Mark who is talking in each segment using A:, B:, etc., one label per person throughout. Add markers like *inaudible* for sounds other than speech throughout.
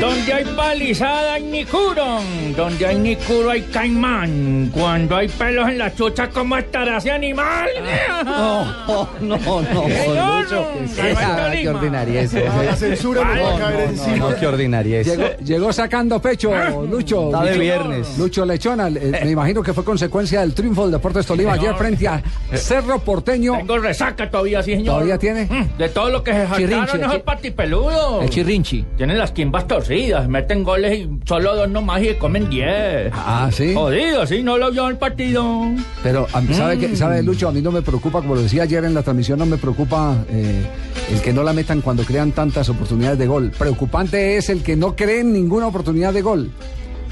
A: Donde hay palizada hay Nicuron, donde hay Nicuro hay caimán. Cuando hay pelos en la chucha, ¿cómo estará ese animal?
B: Ah, No, no, no,
A: Señor,
B: Lucho.
A: ¿qué es
B: Esa,
A: eso?
B: ay, qué ordinaria es. eh.
C: La censura me va a caer
B: No,
C: encima.
B: no, qué ordinaria es.
D: Llegó,
A: *laughs*
D: llegó sacando pecho, Lucho.
B: Está de
D: Lucho-
B: viernes.
D: Lucho Lechona, eh, me imagino que fue consecuencia del triunfo del Deportes Tolima ayer frente a Cerro Porteño.
A: Tengo resaca todavía, sí, señor.
D: ¿Todavía tiene?
A: Mm, De todo lo que se
B: Chirrinche,
A: saltaron esos
B: chi-
A: patipeludos.
B: El chirrinchi.
A: Tienen las quimbas torcidas, meten goles y solo dos nomás y comen diez.
D: Ah, sí.
A: Jodido, sí, no lo vio el partido.
D: Pero a mí, ¿sabe, qué?
A: Mm.
D: ¿sabe, Lucho? A mí no me preocupa, como lo decía ayer en la transmisión, no me preocupa eh, el que no la metan cuando crean tantas oportunidades de gol. Preocupante es el que no cree en ninguna oportunidad de gol.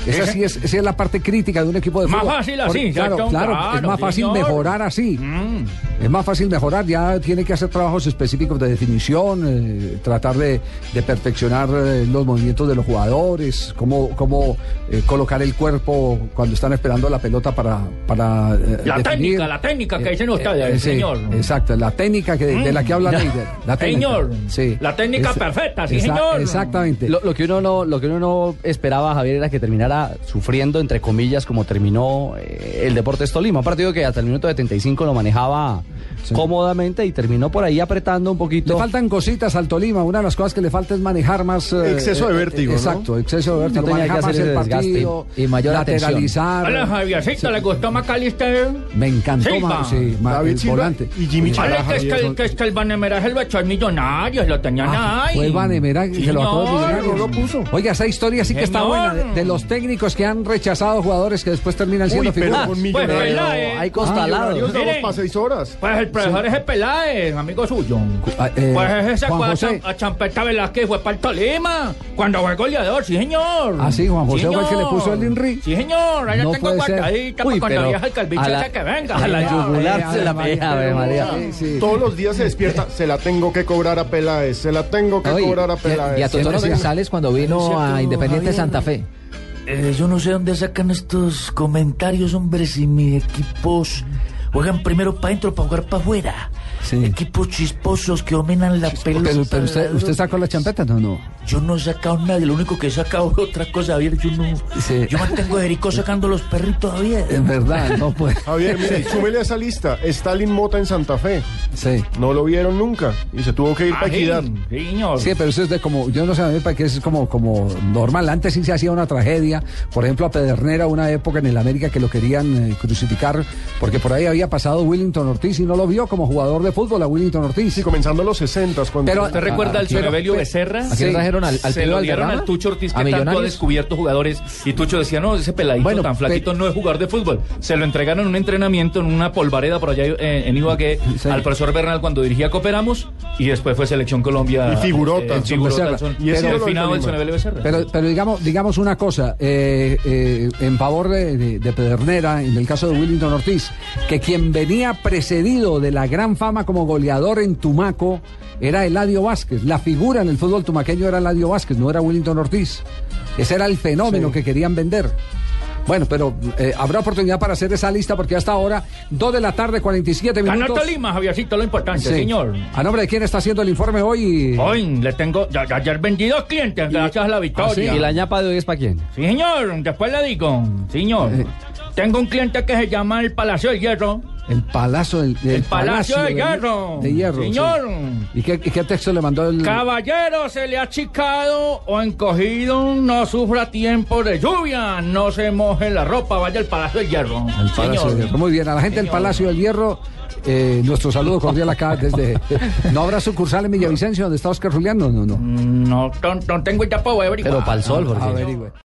D: Esa sí es, esa es la parte crítica de un equipo de
A: Más
D: fútbol.
A: fácil así,
D: claro,
A: ¿cierto?
D: claro, es
A: Claro,
D: más fácil
A: señor.
D: mejorar así.
A: Mm.
D: Es más fácil mejorar, ya tiene que hacer trabajos específicos de definición, eh, tratar de, de perfeccionar eh, los movimientos de los jugadores, cómo, cómo eh, colocar el cuerpo cuando están esperando la pelota para... para eh,
A: La
D: definir. Eh,
A: técnica, la técnica que dicen ustedes,
D: sí,
A: señor. Mm.
D: Exacto, la técnica que, de la que habla Leider. La técnica,
A: Señor, la técnica perfecta, sí, señor.
D: Exactamente.
B: Lo, lo que uno no, lo que uno no esperaba, Javier, era que terminara sufriendo, entre comillas, como terminó eh, el Deportes Tolima. Un partido que hasta el minuto 75 lo manejaba
D: Sí.
B: cómodamente y terminó por ahí apretando un
D: Le
B: poquito.
D: faltan cositas al Tolima. Una de las cosas que le falta es manejar más. eh,
C: Exceso de
D: eh,
C: vértigo, ¿no?
D: Exacto, exceso de vértigo.
B: No tenía que
D: manejar más
B: hacer
D: el
B: ese desgaste
D: partido.
B: y mayor atención.
D: lateralizar.
A: Hola, Javiercito, ¿le gustó Macalister?
D: Me encantó
A: Silva.
D: ma- sí, ma-
C: David
D: el
C: Silva
D: volante.
C: y Jimmy Chara.
A: Vale, que es que, el- que es que el Banemeraje lo echó en Millonarios, lo tenían
D: Ah,
A: ahí.
D: fue Vanemera que lo acabó de
A: Señor.
D: Millonarios.
C: no lo puso.
D: Oiga, esa historia sí que está
A: Señor.
D: buena. De, de los técnicos que han rechazado jugadores que después terminan siendo
C: Uy, pero
D: figuras.
C: con
A: Pues
C: millonarios.
A: Peláez.
B: Hay costalados.
C: Millonarios damos
A: Miren.
C: para seis horas.
A: Pues el profesor es Peláez, amigo suyo.
D: Ah, eh,
A: pues ese
D: Juan
A: fue a,
D: José.
A: Cham- a Champeta Velázquez fue para el Tolima. Cuando fue goleador, sí, señor.
D: Ah, sí, Juan José fue el que
A: señor.
D: le puso el Inri.
A: Sí, señor. Allá
D: No
A: tengo
D: puede ser.
A: guardadita para
B: Uy,
A: cuando
B: pero
A: viaja el calvicho
B: a la-
A: ese que venga.
B: a la
A: Ya,
B: yugular
A: eh,
B: se la pega, Ave María.
D: Sí, sí.
C: Todos los días se despierta, se la tengo que cobrar a Peláez, se la tengo que
E: Oye,
C: cobrar a
E: y a-
C: Peláez.
E: Y a Totoro
C: Siempre se-
E: González cuando vino a Independiente Santa Fe.
F: Eh, yo no sé dónde sacan estos comentarios, hombre, si mis equipos juegan primero para adentro, para jugar para afuera.
D: Sí.
F: Equipos chisposos que dominan la pelota.
D: Pero, pero usted, usted sacó la champeta, no, no.
F: Yo no he sacado nada, lo único que he sacado *laughs* es otra cosa, Javier. Yo, no,
D: Sí.
F: yo mantengo
D: *laughs*
F: a Jericó sacando los perritos, Javier.
D: En verdad, no
C: *laughs*
D: puede.
C: Javier, mire, súmele a esa lista. Stalin Mota en Santa Fe.
D: Sí.
C: No lo vieron nunca y se tuvo que ir para
A: Ajín,
C: Equidad.
A: sí, señor.
D: Sí, pero eso es de como, yo no sé, a mí para qué es como, como normal. Antes sí se hacía una tragedia. Por ejemplo, a Pedernera, una época en el América que lo querían eh, crucificar, porque por ahí había pasado Willington Ortiz y no lo vio como jugador de fútbol a Willington Ortiz.
C: Sí, comenzando a los 60 cuando
D: Pero-
G: ¿Usted recuerda al
D: Pero-
G: Cerebelio
D: pe-
G: Becerra?
D: ¿A quién
E: trajeron? ¿Al- al
G: Se
E: Pedro
G: lo dieron
E: Valderrama?
G: al Tucho Ortiz,
E: ¿A
G: que tanto ha
E: Millonarios?
G: descubierto jugadores. Y Tucho decía, no, ese peladito
D: Bueno,
G: tan flaquito
D: pe-
G: no es jugador de fútbol. Se lo entregaron en un entrenamiento, en una polvareda por allá eh, en Ibagué,
D: Sí.
G: al profesor Bernal cuando dirigía Cooperamos. Y después fue Selección Colombia.
C: Y figurota,
G: eh,
C: Edson
G: figurota,
D: Becerra.
G: Edson-
C: Y
G: Y
C: ese
G: el
C: ídolo del
G: final del
C: Tolima.
G: Cerebelio Becerra.
D: Pero, pero digamos, digamos una cosa, eh, eh, en favor de, de- de Pedernera, en el caso de Willington Ortiz, que quien venía precedido de la gran fama como goleador en Tumaco era Eladio Vázquez. La figura en el fútbol tumaqueño era Eladio Vázquez, no era Willington Ortiz. Ese era el fenómeno que querían vender. Bueno, pero eh, habrá oportunidad para hacer esa lista porque hasta ahora, 2 de la tarde, 47
A: Ganó
D: minutos.
A: Tolima, Javiercito, lo importante,
D: Sí.
A: señor.
D: A nombre de quién está haciendo el informe hoy.
A: Hoy le tengo, ya, ya- ayer vendí dos clientes gracias a la victoria.
B: ¿Y la ñapa de hoy es para quién?
A: Sí, señor, después le digo. Señor, tengo un cliente que se llama el Palacio del Hierro.
D: El Palacio del, del
A: El Palacio de Hierro.
D: De Hierro.
A: Señor.
D: sí. ¿Y qué, y qué texto le mandó el.?
A: Caballero, se le ha achicado o encogido, no sufra tiempo de lluvia, no se moje la ropa, vaya al Palacio del Hierro.
D: el Palacio
A: Señor.
D: del Hierro. Muy bien, a la gente del Palacio del Hierro, eh, nuestro saludo cordial
A: *laughs*
D: acá desde. ¿No habrá sucursal en Villavicencio donde está Oscar Julián? No, no, no.
A: Mm, No, no, no tengo ya para
B: Pero para el sol, porque.
D: Averigüe.